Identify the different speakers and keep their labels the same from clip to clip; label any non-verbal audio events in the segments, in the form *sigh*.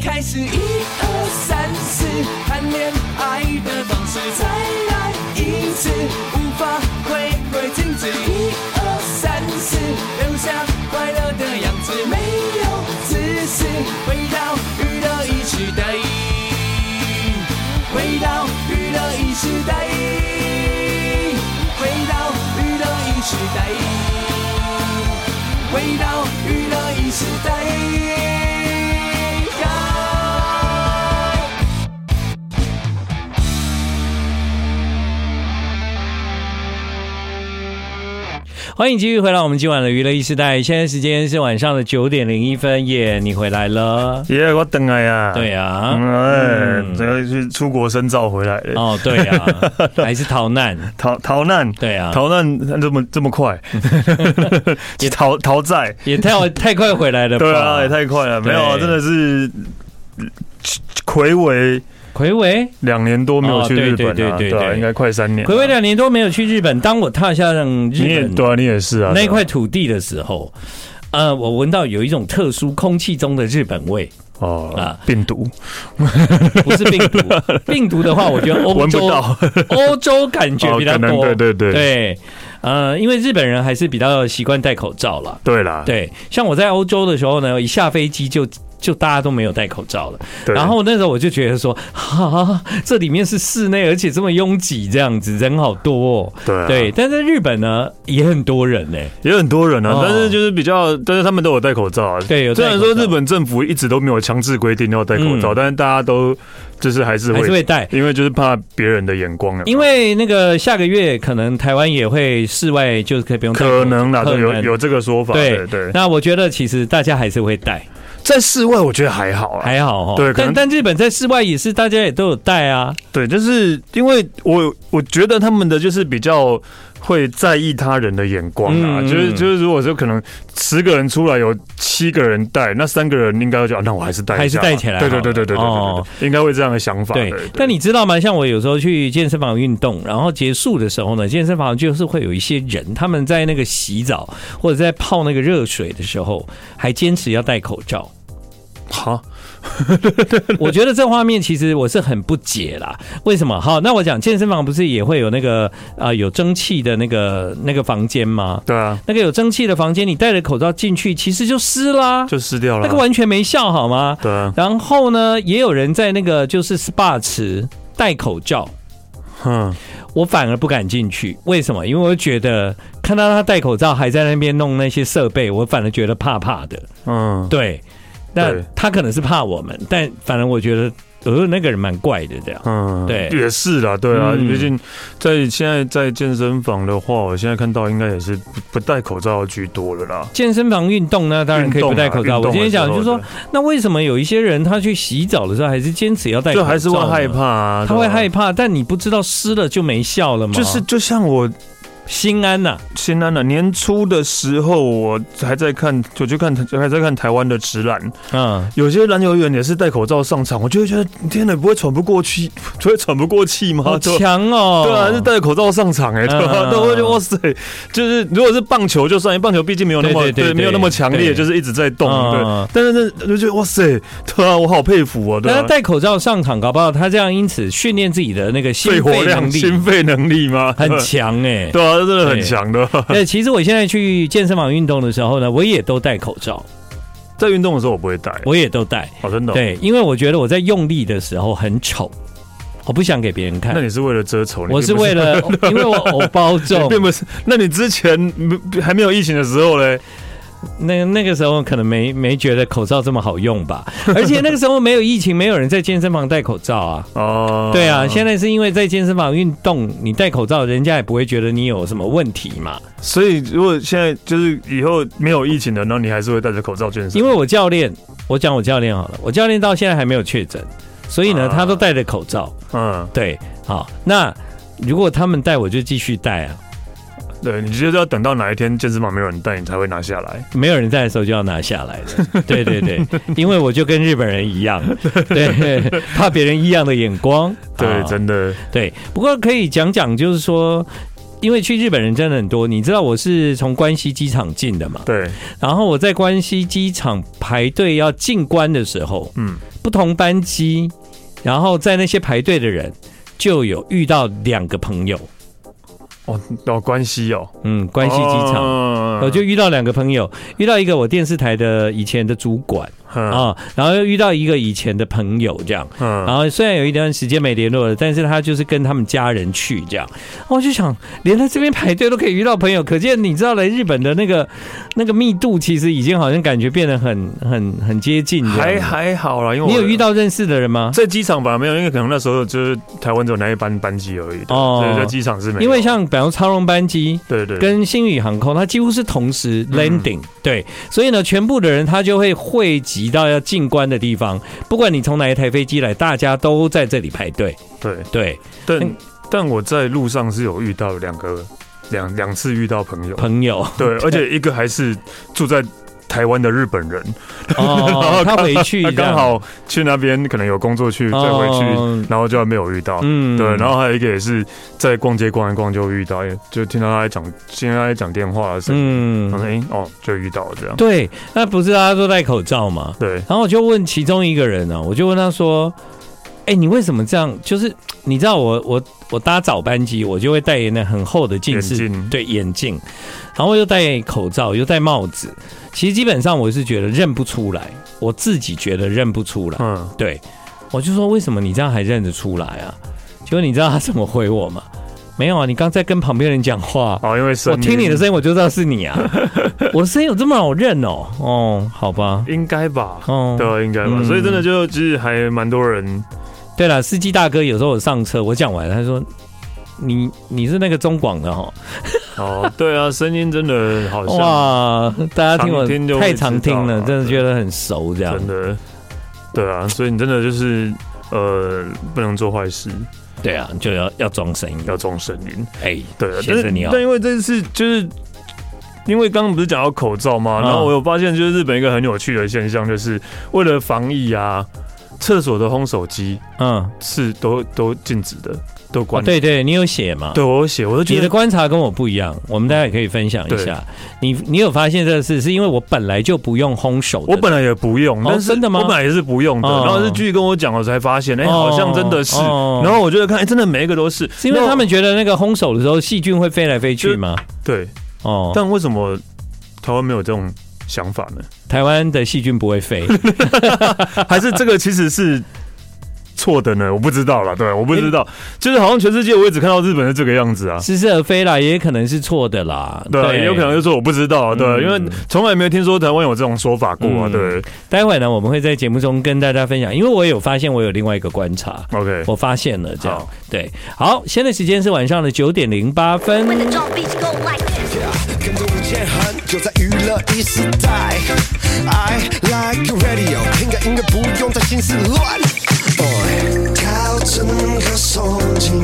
Speaker 1: 开始，一二三四，谈恋爱的方式再来一次，无法回归静止，一二三四，留下快乐的样子，没有自私，回到娱乐一时代，回到娱乐一时代，回到娱乐一时代，回到娱乐一时代。
Speaker 2: 欢迎继续回来，我们今晚的娱乐一时代，现在时间是晚上的九点零一分，耶、你回来了，
Speaker 3: 耶、我等来呀。
Speaker 2: 对啊
Speaker 3: 嗯
Speaker 2: 嗯
Speaker 3: 哎，这个是出国深造回来的，
Speaker 2: 哦，对呀、
Speaker 3: *laughs*
Speaker 2: 还是逃难，
Speaker 3: 逃逃难，
Speaker 2: 对啊，
Speaker 3: 逃难这么这么快，
Speaker 2: *laughs*
Speaker 3: *laughs* 也逃逃债，
Speaker 2: 也
Speaker 3: *laughs*
Speaker 2: 太太快回来了吧，
Speaker 3: 对啊，也太快了，没有啊，
Speaker 2: 哦对
Speaker 3: 真的是呃暌违
Speaker 2: 魁伟，
Speaker 3: 两年多没有去
Speaker 2: 哦对
Speaker 3: 日本
Speaker 2: 对
Speaker 3: 啊，
Speaker 2: 对对
Speaker 3: 对啊，
Speaker 2: 对
Speaker 3: 应该快三年了，
Speaker 2: 魁伟两年多没有去日本，当我踏下让日
Speaker 3: 你也
Speaker 2: 本
Speaker 3: 对啊，你也是啊，
Speaker 2: 那一
Speaker 3: 对啊
Speaker 2: 块土地的时候，呃，我闻到有一种特殊空气中的日本味，
Speaker 3: 哦
Speaker 2: 啊，
Speaker 3: 病毒
Speaker 2: 不是病
Speaker 3: *laughs*
Speaker 2: 毒，病毒的话，我觉得欧
Speaker 3: 闻
Speaker 2: 洲
Speaker 3: 不到，
Speaker 2: *laughs* 欧洲感觉比较
Speaker 3: 哦可能
Speaker 2: 多，
Speaker 3: 对对对
Speaker 2: 对，呃，因为日本人还是比较习惯戴口罩啦。
Speaker 3: 对啦，
Speaker 2: 对，像我在欧洲的时候呢，一下飞机就就大家都没有戴口罩了。
Speaker 3: 对
Speaker 2: 然后那时候我就觉得说，哈、这里面是室内，而且这么拥挤，这样子人好多、哦。
Speaker 3: 对啊
Speaker 2: 对，但在日本呢，也很多人呢、
Speaker 3: 也很多人啊
Speaker 2: 哦，
Speaker 3: 但是就是比较，但是他们都有戴口罩啊。
Speaker 2: 对有戴
Speaker 3: 虽
Speaker 2: 口罩
Speaker 3: 然说日本政府一直都没有强制规定要戴口罩，
Speaker 2: 嗯
Speaker 3: 但是大家都就是还是
Speaker 2: 还是会
Speaker 3: 会，
Speaker 2: 戴。
Speaker 3: 因为就是怕别人的眼光啊。
Speaker 2: 因为那个下个月可能台湾也会室外就是可以不用戴口罩
Speaker 3: 可能啦，
Speaker 2: 可
Speaker 3: 有
Speaker 2: 能
Speaker 3: 有这个说法。
Speaker 2: 对
Speaker 3: 对对，
Speaker 2: 那我觉得其实大家还是会戴，
Speaker 3: 在室外我觉得还好啊。
Speaker 2: 还好哈。
Speaker 3: 对可
Speaker 2: 但
Speaker 3: 能
Speaker 2: 但日本在室外也是大家也都有戴啊。
Speaker 3: 对，就是因为我我觉得他们的就是比较会在意他人的眼光啊，
Speaker 2: 嗯
Speaker 3: 就是就是如果说可能十个人出来有七个人戴，那三个人应该就、啊、那我还是戴一下
Speaker 2: 还是戴起来
Speaker 3: 对
Speaker 2: 好
Speaker 3: 对
Speaker 2: 了
Speaker 3: 对对对对对对
Speaker 2: 哦
Speaker 3: 应该会这样的想法。
Speaker 2: 对，但你知道吗？像我有时候去健身房运动，然后结束的时候呢，健身房就是会有一些人，他们在那个洗澡或者在泡那个热水的时候，还坚持要戴口罩。
Speaker 3: 好，
Speaker 2: 我觉得这画面其实我是很不解啦，为什么？好，那我讲健身房不是也会有那个啊有蒸汽的那个那个房间吗？
Speaker 3: 对啊，
Speaker 2: 那个有蒸汽的房间，你戴着口罩进去，其实就湿啦，
Speaker 3: 就湿掉了。
Speaker 2: 那个完全没效，好吗？
Speaker 3: 对啊，
Speaker 2: 然后呢，也有人在那个就是 SPA 池戴口罩，
Speaker 3: 嗯，
Speaker 2: 我反而不敢进去，为什么？因为我觉得看到他戴口罩还在那边弄那些设备，我反而觉得怕怕的。
Speaker 3: 嗯，
Speaker 2: 对，那
Speaker 3: 对
Speaker 2: 他可能是怕我们，但反正我觉得，呃，那个人蛮怪的这样。
Speaker 3: 嗯，
Speaker 2: 对
Speaker 3: 也是啦，对啊，
Speaker 2: 嗯
Speaker 3: 毕竟在现在在健身房的话，我现在看到应该也是不不戴口罩居多了啦。
Speaker 2: 健身房运动呢，当然可以不戴口罩。
Speaker 3: 运动啊
Speaker 2: 我今天讲就是，
Speaker 3: 运动
Speaker 2: 说
Speaker 3: 的时，
Speaker 2: 那为什么有一些人他去洗澡的时候还是坚持要戴口
Speaker 3: 候就
Speaker 2: 罩呢？
Speaker 3: 还是会害怕啊，
Speaker 2: 他会
Speaker 3: 对啊
Speaker 2: 害怕，但你不知道湿了就没效了吗？
Speaker 3: 就是就像我
Speaker 2: 心安呐、
Speaker 3: 新安的年初的时候，我还在看，我去看还在看台湾的直篮，
Speaker 2: 嗯，
Speaker 3: 有些篮球员也是戴口罩上场，我就会觉得天哪，不会喘不过气， *laughs* 不会喘不过气吗？
Speaker 2: 好
Speaker 3: 对吧
Speaker 2: 强哦！
Speaker 3: 对啊，是戴口罩上场哎、欸，对
Speaker 2: 嗯
Speaker 3: 啊，对，我就哇塞，就是如果是棒球就算，棒球毕竟没有那么
Speaker 2: 对对对对
Speaker 3: 没有那么强
Speaker 2: 对
Speaker 3: 烈，就是一直在动，
Speaker 2: 嗯
Speaker 3: 对。但是那我就觉得哇塞，对啊，我好佩服哦，对
Speaker 2: 那
Speaker 3: 啊
Speaker 2: 他，戴口罩上场，搞不好他这样因此训练自己的那个心
Speaker 3: 肺活
Speaker 2: 肺
Speaker 3: 量、
Speaker 2: 能
Speaker 3: 心
Speaker 2: 力
Speaker 3: 肺能力吗？ *laughs*
Speaker 2: 很强哎、
Speaker 3: 对啊，真的很
Speaker 2: 对
Speaker 3: 强的。
Speaker 2: 对，其实我现在去健身房运动的时候呢，我也都戴口罩，
Speaker 3: 在运动的时候我不会戴，
Speaker 2: 我也都戴。
Speaker 3: 哦，真的哦。
Speaker 2: 对，因为我觉得我在用力的时候很丑，我不想给别人看
Speaker 3: 那。你是为了遮丑？你
Speaker 2: 我是
Speaker 3: 并不
Speaker 2: 为
Speaker 3: *laughs*
Speaker 2: 了，因为我偶包
Speaker 3: 你
Speaker 2: 重，
Speaker 3: 并不是。那你之前还没有疫情的时候嘞？
Speaker 2: 那那个时候可能没没觉得口罩这么好用吧，
Speaker 3: *laughs*
Speaker 2: 而且那个时候没有疫情，没有人在健身房戴口罩啊。
Speaker 3: *laughs* 哦，
Speaker 2: 对啊，现在是因为在健身房运动，你戴口罩，人家也不会觉得你有什么问题嘛。
Speaker 3: 所以如果现在就是以后没有疫情了，那你还是会戴着口罩健身？
Speaker 2: 因为我教练，我讲我教练好了，我教练到现在还没有确诊，所以呢，
Speaker 3: 啊
Speaker 2: 他都戴着口罩。
Speaker 3: 嗯，
Speaker 2: 对，好，那如果他们戴，我就继续戴啊。
Speaker 3: 对，你就是要等到哪一天健身房没有人戴，你才会拿下来。
Speaker 2: 没有人戴的时候就要拿下来
Speaker 3: *laughs*
Speaker 2: 了。对对对，因为我就跟日本人一样，对，怕别人异样的眼光。
Speaker 3: *laughs* 对，
Speaker 2: 啊
Speaker 3: 真的，
Speaker 2: 对。不过可以讲讲，就是说。因为去日本人真的很多，你知道我是从关西机场进的嘛，
Speaker 3: 对，
Speaker 2: 然后我在关西机场排队要进关的时候，
Speaker 3: 嗯，
Speaker 2: 不同班机，然后在那些排队的人就有遇到两个朋友，
Speaker 3: 哦，哦，关西哦，
Speaker 2: 嗯，关西机场。哦
Speaker 3: 场
Speaker 2: 我就遇到两个朋友，遇到一个我电视台的以前的主管啊、
Speaker 3: 嗯
Speaker 2: 然后又遇到一个以前的朋友这样，
Speaker 3: 嗯，
Speaker 2: 然后虽然有一段时间没联络了，但是他就是跟他们家人去这样，我就想连在这边排队都可以遇到朋友，可见你知道来日本的那个那个密度，其实已经好像感觉变得很很很接近这
Speaker 3: 还
Speaker 2: 样。
Speaker 3: 还好啦，因为
Speaker 2: 嗯你有遇
Speaker 3: 到。
Speaker 2: 到认识的人吗？
Speaker 3: 在机场吧，没有，因为可能那时候就是台湾只有那一班班机而已。
Speaker 2: 哦
Speaker 3: 哦，所以在机场是没有。
Speaker 2: 因为像比方长荣班机
Speaker 3: 对嗯对
Speaker 2: 跟星宇航空，它几乎是同时 landing，、对，所以呢，全部的人他就会汇集到要进关的地方，不管你从哪一台飞机来，大家都在这里排队，
Speaker 3: 对，
Speaker 2: 对，
Speaker 3: 但但我在路上是有遇到两个两两次遇到朋友，
Speaker 2: 朋友。
Speaker 3: 对，而且一个还是住在台湾的日本人，
Speaker 2: 哦， *laughs* 他回去
Speaker 3: 他
Speaker 2: 这样
Speaker 3: *laughs* 刚好去那边可能有工作去，再回去，
Speaker 2: 哦
Speaker 3: 然后就没有遇到。
Speaker 2: 嗯
Speaker 3: 对，然后还有一个也是在逛街逛一逛就遇到，就听到他在讲，听到他在讲电话的事情，然后
Speaker 2: 嗯，
Speaker 3: 哎、哦就遇到了这样。
Speaker 2: 对，那不是大家都戴口罩吗？
Speaker 3: 对，
Speaker 2: 然后我就问其中一个人呢、我就问他说：“哎、你为什么这样？就是你知道我我我搭早班机，我就会戴那很厚的近视，
Speaker 3: 眼镜
Speaker 2: 对眼镜，然后又戴口罩，又戴帽子。其实基本上我是觉得认不出来，我自己觉得认不出来。
Speaker 3: 嗯，
Speaker 2: 对，我就说为什么你这样还认得出来啊？结果你知道他怎么回我吗？没有啊，你刚在跟旁边人讲话。”
Speaker 3: 哦，因为声
Speaker 2: 我
Speaker 3: 音
Speaker 2: 听你的声音，我就知道是
Speaker 3: *laughs*
Speaker 2: 你啊！我的声音有这么好认哦？哦，好吧，
Speaker 3: 应该吧。
Speaker 2: 哦，
Speaker 3: 对啊，应该吧，
Speaker 2: 嗯
Speaker 3: 所以真的就其实还蛮多人，
Speaker 2: 对了，司机大哥有时候我上车，我讲完，他说你你是那个中广的哦， *laughs*
Speaker 3: 哦，对啊，声音真的好像
Speaker 2: 哇，大家听我
Speaker 3: 常听就会
Speaker 2: 太常听
Speaker 3: 知道
Speaker 2: 了，
Speaker 3: 了
Speaker 2: 真的觉得很熟这样
Speaker 3: 真。的，对啊，所以你真的就是呃，不能做坏事，
Speaker 2: 对啊，就要要装声音。
Speaker 3: 要装声音，
Speaker 2: 哎，
Speaker 3: 对啊，
Speaker 2: 先生
Speaker 3: 但是
Speaker 2: 你好
Speaker 3: 但因为这次就是。因为刚刚不是讲到口罩嘛，
Speaker 2: 嗯
Speaker 3: 然后我有发现，就是日本一个很有趣的现象，就是为了防疫啊，厕所的烘手机
Speaker 2: 嗯，
Speaker 3: 是都都禁止的，都
Speaker 2: 哦，
Speaker 3: 关。
Speaker 2: 对对，你有写吗？
Speaker 3: 对，我有写，我就
Speaker 2: 你
Speaker 3: 觉
Speaker 2: 的
Speaker 3: 得
Speaker 2: 观察跟我不一样，我们大家也可以分享一下。你你有发现这个事，是因为我本来就不用烘手的，
Speaker 3: 我本来也不用，
Speaker 2: 哦
Speaker 3: 但是
Speaker 2: 真的吗
Speaker 3: 我本来也是不用的，
Speaker 2: 哦
Speaker 3: 然后是剧跟我讲，我才发现，哎，
Speaker 2: 哦
Speaker 3: 好像真的是。
Speaker 2: 哦
Speaker 3: 然后我就看，哎，真的每一个都是，
Speaker 2: 是因为他们觉得那个烘手的时候细菌会飞来飞去吗？
Speaker 3: 对，
Speaker 2: 哦，
Speaker 3: 但为什么台湾没有这种想法呢？
Speaker 2: 台湾的细菌不会
Speaker 3: *laughs*
Speaker 2: 飞，
Speaker 3: 啊
Speaker 2: *laughs*
Speaker 3: 还是这个其实是错的呢？我不知道啦，对，我不知
Speaker 2: 哎
Speaker 3: 道，就是好像全世界我也只看到日本是这个样子啊。
Speaker 2: 似是而非啦，也可能是错的啦。
Speaker 3: 对啊，也有可能就说我不知道啊，对啊，
Speaker 2: 嗯
Speaker 3: 因为从来没有听说台湾有这种说法过啊，
Speaker 2: 嗯
Speaker 3: 对
Speaker 2: 待会呢，我们会在节目中跟大家分享，因为我有发现，我有另外一个观察，
Speaker 3: ，OK，
Speaker 2: 我发现了这样
Speaker 3: 好。
Speaker 2: 对，好，现在时间是晚上的九点零八
Speaker 3: 嗯
Speaker 4: When the
Speaker 2: 分。
Speaker 4: drum beats go like this.
Speaker 5: 跟着五线很久，在娱乐一时代。I like radio，听个音乐不用再心思乱。Boy，调整和松紧，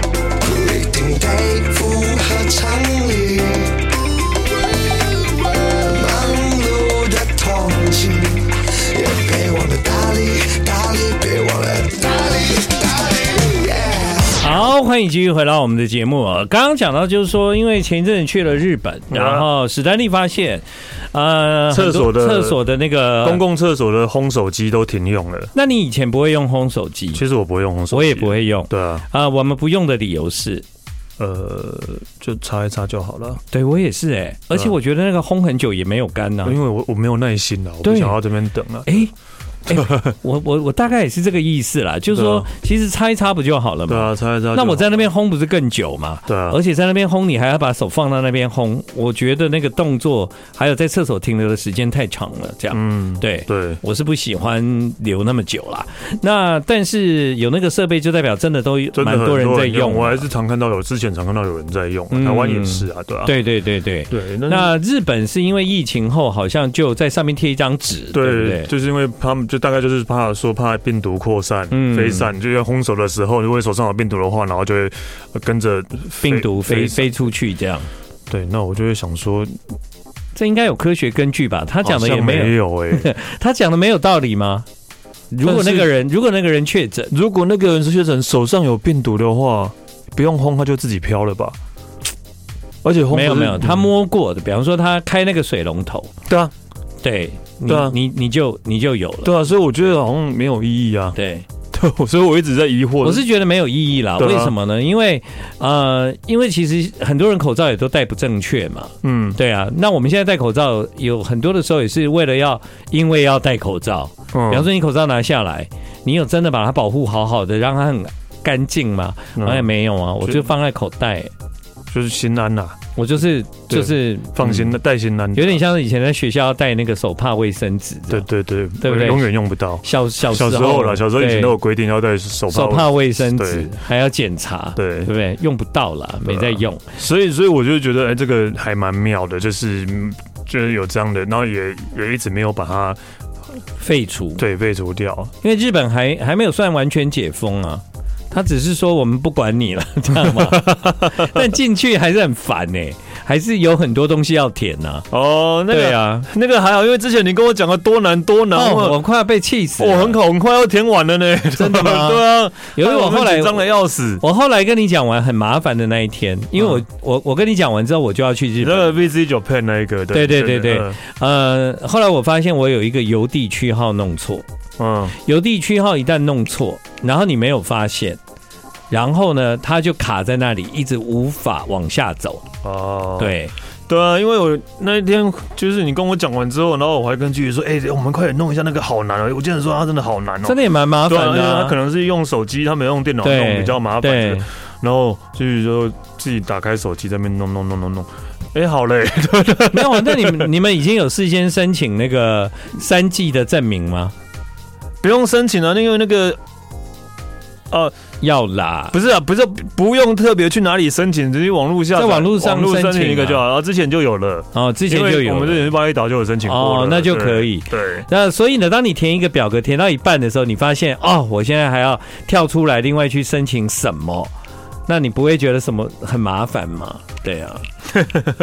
Speaker 5: 不一定得符合常理。忙碌的通勤，也别忘了打理打理，别忘了打理打理。Yeah。
Speaker 2: 好，欢迎继续回到我们的节目啊。刚刚讲到就是说，因为前一阵子去了日本，
Speaker 3: 嗯啊
Speaker 2: 然后史丹利发现，呃，
Speaker 3: 厕所的
Speaker 2: 很多厕所的那个
Speaker 3: 公。共厕所的烘手机都停用了。
Speaker 2: 那你以前不会用烘手机？
Speaker 3: 其实我不会用烘手机，
Speaker 2: 我也不。会用。
Speaker 3: 对啊，
Speaker 2: 啊、我们不用的理由是，
Speaker 3: 呃，就擦一擦就好了，
Speaker 2: 对我也是哎、而
Speaker 3: 嗯
Speaker 2: 且我觉得那个烘很久也没有干啊呐、
Speaker 3: 因为我我没有耐心啊了，我不
Speaker 2: 对
Speaker 3: 想要这边等啊了。
Speaker 2: 哎、哎我我我大概也是这个意思啦，就是说，其实擦一擦不就好了
Speaker 3: 啊对
Speaker 2: 嘛。
Speaker 3: 啊，擦一擦就好。
Speaker 2: 那我在那边烘不是更久吗？
Speaker 3: 对啊
Speaker 2: 而且在那边烘，你还要把手放到那边烘，我觉得那个动作还有在厕所停留的时间太长了，这样。
Speaker 3: 嗯，
Speaker 2: 对
Speaker 3: 对
Speaker 2: 我是不喜欢留那么久啦。那但是有那个设备，就代表真的都
Speaker 3: 真的
Speaker 2: 蛮
Speaker 3: 很
Speaker 2: 多人在
Speaker 3: 用，
Speaker 2: 用
Speaker 3: 我
Speaker 2: 啊。
Speaker 3: 还是常看到有，之前常看到有人在用啊，
Speaker 2: 嗯
Speaker 3: 台湾也是啊，对啊，
Speaker 2: 对对对对。
Speaker 3: 对，那
Speaker 2: 那日本是因为疫情后，好像就在上面贴一张纸，对不
Speaker 3: 对，
Speaker 2: 对？
Speaker 3: 就是因为他们就大概就是怕说怕病毒扩散、
Speaker 2: 嗯
Speaker 3: 飞散，就要烘手的时候，如果手上有病毒的话，然后就会呃跟着
Speaker 2: 病毒飞
Speaker 3: 散。
Speaker 2: 飞出去这样，
Speaker 3: 对，那我就会想说，
Speaker 2: 这应该有科学根据吧？他讲的
Speaker 3: 好
Speaker 2: 也
Speaker 3: 像
Speaker 2: 没有，
Speaker 3: 没有哎、
Speaker 2: 他讲的没有道理吗？如果那个人， *laughs* 如果那个人确诊，
Speaker 3: 如果那个人是确诊手上有病毒的话，不用烘，他就自己飘了吧？而且烘
Speaker 2: 没有
Speaker 3: 不是嗯
Speaker 2: 没有，他摸过的，比方说他开那个水龙头，
Speaker 3: 对啊
Speaker 2: 嗯对，你
Speaker 3: 对啊
Speaker 2: 你你就你就有了，
Speaker 3: 对啊，所以我觉得好像没有意义啊。
Speaker 2: 对。
Speaker 3: *laughs* 对，所以我一直在疑惑。
Speaker 2: 我是觉得没有意义啦。
Speaker 3: 对啊
Speaker 2: 为什么呢？因为呃，因为其实很多人口罩也都戴不正确嘛。
Speaker 3: 嗯
Speaker 2: 对啊，那我们现在戴口罩，有很多的时候也是为了要，因为要戴口罩。比方
Speaker 3: 嗯，
Speaker 2: 说你口罩拿下来，你有真的把它保护好好的，让它很干净吗？
Speaker 3: 嗯
Speaker 2: 好像也没有啊，我
Speaker 3: 是
Speaker 2: 就放在口袋，
Speaker 3: 就是心安啦，
Speaker 2: 我就是
Speaker 3: 对
Speaker 2: 就是
Speaker 3: 放心
Speaker 2: 嗯
Speaker 3: 带心安。
Speaker 2: 有点像是以前在学校要带那个手帕、卫生纸这
Speaker 3: 对
Speaker 2: 样。
Speaker 3: 对对，
Speaker 2: 对不对
Speaker 3: 永远用不到。
Speaker 2: 小小
Speaker 3: 小时候了，小时候以前都有规定要带手
Speaker 2: 对哦手帕、
Speaker 3: 帕。
Speaker 2: 卫生纸
Speaker 3: 对，
Speaker 2: 还要检查，
Speaker 3: 对啊
Speaker 2: 对不对？用不到啦，没在用。
Speaker 3: 所以所以我就觉得，哎，这个还蛮妙的，就是嗯就是有这样的，然后也也一直没有把它
Speaker 2: 废除，
Speaker 3: 对废除掉。
Speaker 2: 因为日本还还没有算完全解封啊，他只是说我们不管你了， *laughs* 这样
Speaker 3: *laughs*
Speaker 2: 嘛。但进去还是很烦呢、还是有很多东西要填呐、啊。
Speaker 3: 哦，那
Speaker 2: 对
Speaker 3: 个
Speaker 2: 啊，
Speaker 3: 那个还好，因为之前你跟我讲的多难多难，
Speaker 2: 哦，
Speaker 3: 我
Speaker 2: 我快要被气死了。
Speaker 3: 我很恐很快要填完了呢，
Speaker 2: *laughs* 真的吗
Speaker 3: *laughs* 对啊，
Speaker 2: 有一
Speaker 3: 因
Speaker 2: 个
Speaker 3: 为
Speaker 2: 我后来
Speaker 3: 紧张的要死。
Speaker 2: 我后来跟你讲完很麻烦的那一天，因为
Speaker 3: 嗯
Speaker 2: 我、我我跟你讲完之后，我就要去日
Speaker 3: 你
Speaker 2: 本。
Speaker 3: 那个 VC 九 Pen 那一个，嗯
Speaker 2: 对对对对，呃，后来我发现我有一个邮递区号弄错，
Speaker 3: 嗯，
Speaker 2: 邮递区号一旦弄错，然后你没有发现，然后呢，它就卡在那里，一直无法往下走。
Speaker 3: 哦，
Speaker 2: 对，
Speaker 3: 对啊，因为我那一天就是你跟我讲完之后，然后我还跟剧宇说，哎、我们快点弄一下那个好难哦，我记得说他真的好难哦，
Speaker 2: 真的也蛮麻
Speaker 3: 对
Speaker 2: 烦
Speaker 3: 啊，因为
Speaker 2: 的啊、
Speaker 3: 他可能是用手机，他没有用电脑弄，
Speaker 2: 对
Speaker 3: 比较麻烦。
Speaker 2: 对，
Speaker 3: 然后就是说自己打开手机在那边弄弄弄弄弄，哎、好嘞， *laughs*
Speaker 2: 没有啊，那你们你们已经有事先申请那个三 G 的证明吗？
Speaker 3: 不用申请啊，因为那个
Speaker 2: 要啦，
Speaker 3: 不是啊，不是不用特别去哪里申请，直接网络下载
Speaker 2: 在网络上
Speaker 3: 网络申
Speaker 2: 申请
Speaker 3: 请一个
Speaker 2: 啊
Speaker 3: 就好，然后之前就有了，
Speaker 2: 哦，之
Speaker 3: 之
Speaker 2: 前就有
Speaker 3: 我们之
Speaker 2: 了。
Speaker 3: 前巴厘岛就有申请过了
Speaker 2: 哦，那就可
Speaker 3: 以。
Speaker 2: 以。
Speaker 3: 对，
Speaker 2: 那所以呢，当你填一个表格填到一半的时候，你发现哦，我现在还要跳出来另外去申请什么？那你不会觉得什么很麻烦吗？对
Speaker 3: *laughs*
Speaker 2: 啊，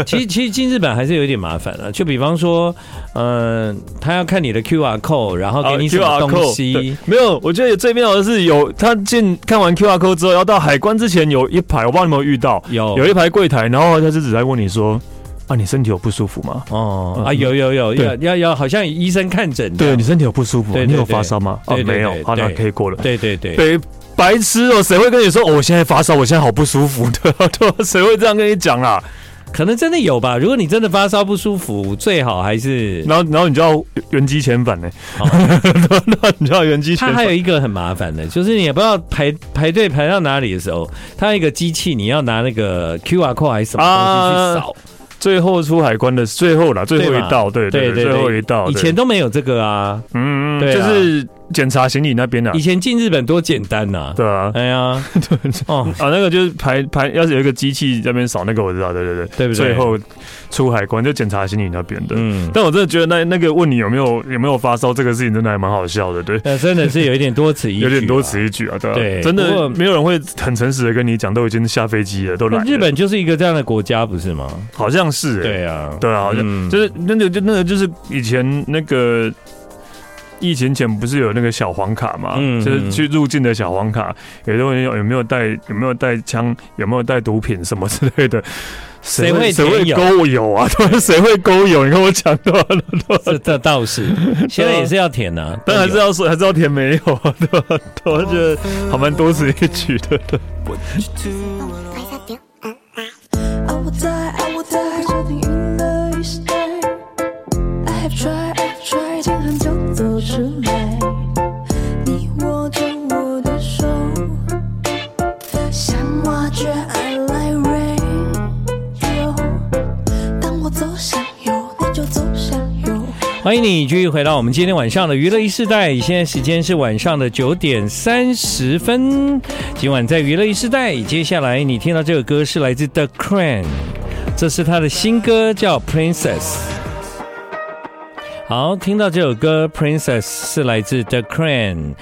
Speaker 2: 其实其实进日本还是有一点麻烦了、就比方说，嗯、他要看你的 QR code，然后给你什么
Speaker 3: QR
Speaker 2: 东
Speaker 3: 啊 code，
Speaker 2: 西
Speaker 3: 对，没有，我觉得最妙的是有他进看完 QR code 之后，要到海关之前有一排，我不知道你有没有遇到，
Speaker 2: 有
Speaker 3: 哦有一排柜台，然后他就只在问你说：“啊，你身体有不舒服吗
Speaker 2: 哦
Speaker 3: 嗯
Speaker 2: 啊，有有有，
Speaker 3: 对
Speaker 2: 要要要，好像医生看诊？”的。
Speaker 3: 对，你身体有不舒服
Speaker 2: 啊
Speaker 3: 吗，
Speaker 2: 对对
Speaker 3: 你有
Speaker 2: 对
Speaker 3: 发烧吗？啊，
Speaker 2: 对对
Speaker 3: 没有
Speaker 2: 对，
Speaker 3: 好，那
Speaker 2: 对
Speaker 3: 可以过了。
Speaker 2: 对对对，
Speaker 3: 北白痴哦，谁会跟你说？哦，我现在发烧，我现在好不舒服 *laughs* 的，对吧？谁会这样跟你讲啊？
Speaker 2: 可能真的有吧。如果你真的发烧不舒服，最好还是
Speaker 3: 然后，然后你就要原机遣返呢、
Speaker 2: 哦
Speaker 3: *laughs* 那你就要原机遣
Speaker 2: 它还有
Speaker 3: 返。
Speaker 2: 一个很麻烦
Speaker 3: *laughs*
Speaker 2: 的，就是你也不知道排排队排到哪里的时候，它有一个机器，你要拿那个 QR code 还是什么东西去扫。
Speaker 3: 最后出海关的最后啦，啊最后
Speaker 2: 对
Speaker 3: 一
Speaker 2: 嘛
Speaker 3: 道，对对对，最后一道。
Speaker 2: 以
Speaker 3: 对
Speaker 2: 前都没有这个啊，
Speaker 3: 嗯，
Speaker 2: 对啊
Speaker 3: 就是检查行李那边的、啊
Speaker 2: 以，前进日本多简单呐、
Speaker 3: 对啊，
Speaker 2: 哎
Speaker 3: *laughs*
Speaker 2: 呀，哦，
Speaker 3: 啊，那个就是排排，要是有一个机器在那边扫，那个我知道，对对对，
Speaker 2: 对不对
Speaker 3: 最后出海关就检查行李那边的。
Speaker 2: 嗯，
Speaker 3: 但我真的觉得那那个问你有没有有没有发烧这个事情，真的还蛮好笑的，对。
Speaker 2: 那真的是有一点多此一举、
Speaker 3: 有点多。此一举啊，对啊，
Speaker 2: 对
Speaker 3: 真
Speaker 2: 不过
Speaker 3: 的没有人会很诚实的跟你讲，都已经下飞机了，都来
Speaker 2: 那
Speaker 3: 了
Speaker 2: 日本就是一个这样的国家，不是吗？
Speaker 3: 好像是、欸，
Speaker 2: 对啊，
Speaker 3: 啊对啊，好像、
Speaker 2: 嗯
Speaker 3: 就是那个就那个就是以前那个疫情前不是有那个小黄卡嘛，
Speaker 2: 嗯
Speaker 3: 就是去入境的小黄卡，有的人有有没有带有没有带枪，有没有带毒品什么之类的。谁
Speaker 2: 会
Speaker 3: 谁会
Speaker 2: 填有
Speaker 3: 勾友啊？ *laughs* 对，谁会勾友？你跟我讲对吧？
Speaker 2: 这这倒
Speaker 3: *laughs*
Speaker 2: 是，现在也是要填呐、啊，
Speaker 3: 但还是要说，还是要填没有啊？对吧？ *laughs* 对我觉得还蛮多此一举的。对
Speaker 4: Why that feel alive?
Speaker 6: 我我在，爱我在，这命运的一时代。I have tried, I have tried，竟然就走出来。你握着我的手，像挖掘爱来 radio。当我走向右，你就走向右。
Speaker 2: 欢迎你继续回到我们今天晚上的娱乐一世代，现在时间是晚上的九点三十分。今晚在娱乐一世代，接下来你听到这首歌是来自 The Cran，这是他的新歌叫《Princess》。好，听到这首歌《Princess》是来自 The Crane，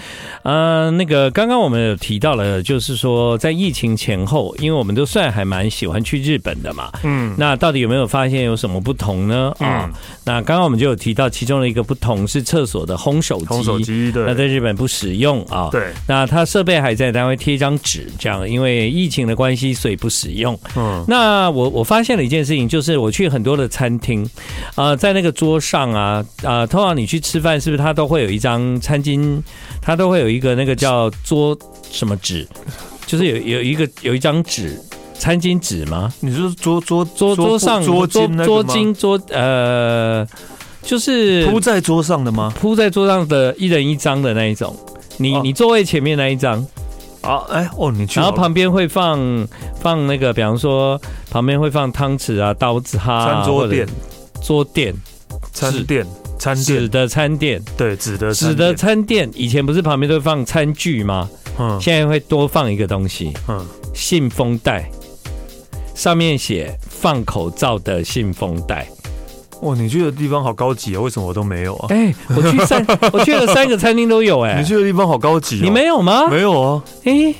Speaker 2: 呃，那个刚刚我们有提到了，就是说在疫情前后，因为我们都算还蛮喜欢去日本的嘛，嗯，那到底有没有发现有什么不同呢？啊、
Speaker 3: 嗯
Speaker 2: 那刚刚我们就有提到其中的一个不同是厕所的烘手机，
Speaker 3: 烘手机对
Speaker 2: 那在日本不使用啊，
Speaker 3: 对
Speaker 2: 那它设备还在，但会贴一张纸这样，因为疫情的关系，所以不使用。
Speaker 3: 嗯，
Speaker 2: 那我我发现了一件事情，就是我去很多的餐厅，呃，在那个桌上啊，呃，通常你去吃饭，是不是它都会有一张餐巾，它都会有一个那个叫桌什么纸，就是有有一个有一张纸。餐巾纸吗？
Speaker 3: 你是桌桌
Speaker 2: 桌桌上
Speaker 3: 桌
Speaker 2: 桌
Speaker 3: 巾那个吗
Speaker 2: 桌巾桌呃，就是
Speaker 3: 铺在桌上的吗？
Speaker 2: 铺在桌上的一人一张的那一种，你、
Speaker 3: 哦
Speaker 2: 你座位前面那一张，
Speaker 3: 啊，哎哦，你去
Speaker 2: 然
Speaker 3: 好
Speaker 2: 后
Speaker 3: 了
Speaker 2: 旁边会放放那个，比方说旁边会放汤匙啊、刀子哈、啊，
Speaker 3: 餐桌垫
Speaker 2: 或者、桌垫、
Speaker 3: 餐垫、餐
Speaker 2: 纸
Speaker 3: 垫，
Speaker 2: 的餐垫、
Speaker 3: 对，纸的餐
Speaker 2: 纸
Speaker 3: 垫
Speaker 2: 的餐垫，以前不是旁边都会放餐具吗？
Speaker 3: 嗯
Speaker 2: 现在会多放一个东西，
Speaker 3: 嗯，
Speaker 2: 信封袋，上面写放口罩的信封袋。
Speaker 3: 哦哇，你去的地方好高级啊，为什么我都没有啊？
Speaker 2: 哎、我去三， *laughs* 我去了三个餐厅都有哎、
Speaker 3: 你去的地方好高级哦，
Speaker 2: 你没有吗？
Speaker 3: 没有啊？
Speaker 2: 哎、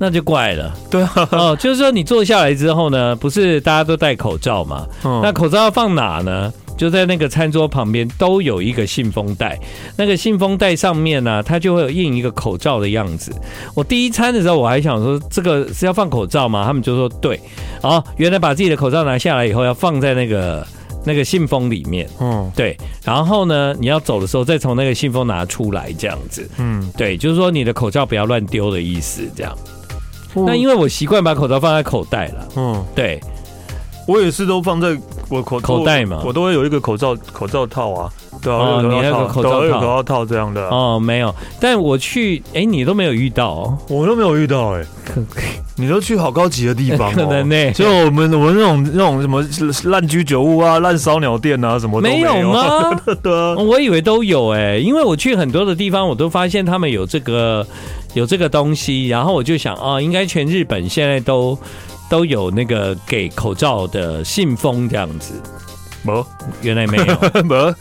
Speaker 2: 那就怪了。
Speaker 3: 对啊， *laughs*
Speaker 2: 哦，就是说你坐下来之后呢，不是大家都戴口罩嘛？
Speaker 3: 嗯
Speaker 2: 那口罩要放哪呢？就在那个餐桌旁边都有一个信封袋，那个信封袋上面呢、它就会有印一个口罩的样子。我第一餐的时候我还想说这个是要放口罩吗？他们就说对。哦，原来把自己的口罩拿下来以后要放在那个那个信封里面。
Speaker 3: 嗯
Speaker 2: 对，然后呢，你要走的时候再从那个信封拿出来，这样子。
Speaker 3: 嗯，
Speaker 2: 对，就是说你的口罩不要乱丢的意思，这样。那
Speaker 3: 为
Speaker 2: 因为我习惯把口罩放在口袋了，
Speaker 3: 嗯，
Speaker 2: 对，
Speaker 3: 我也是都放在我口
Speaker 2: 口袋嘛
Speaker 3: 我我都会有一个口罩口罩套啊，对啊，
Speaker 2: 哦
Speaker 3: 我有
Speaker 2: 你还有个口罩
Speaker 3: 对啊
Speaker 2: 套
Speaker 3: 我有口罩套这样的啊，
Speaker 2: 哦，没有，但我去，哎，你都没有遇到、哦，
Speaker 3: 我都没有遇到哎，你都去好高级的地方
Speaker 2: *laughs*
Speaker 3: 哦，
Speaker 2: 可能呢
Speaker 3: 就我们我们那种那种什么烂居酒屋啊、烂烧鸟店啊什么都
Speaker 2: 没
Speaker 3: 有
Speaker 2: 有？吗？
Speaker 3: *laughs* 对啊，
Speaker 2: *laughs* 我以为都有哎、因为我去很多的地方，我都发现他们有这个有这个东西，然后我就想啊、哦，应该全日本现在都都有那个给口罩的信封这样子，
Speaker 3: 没
Speaker 2: 原来没有，
Speaker 3: *laughs* 没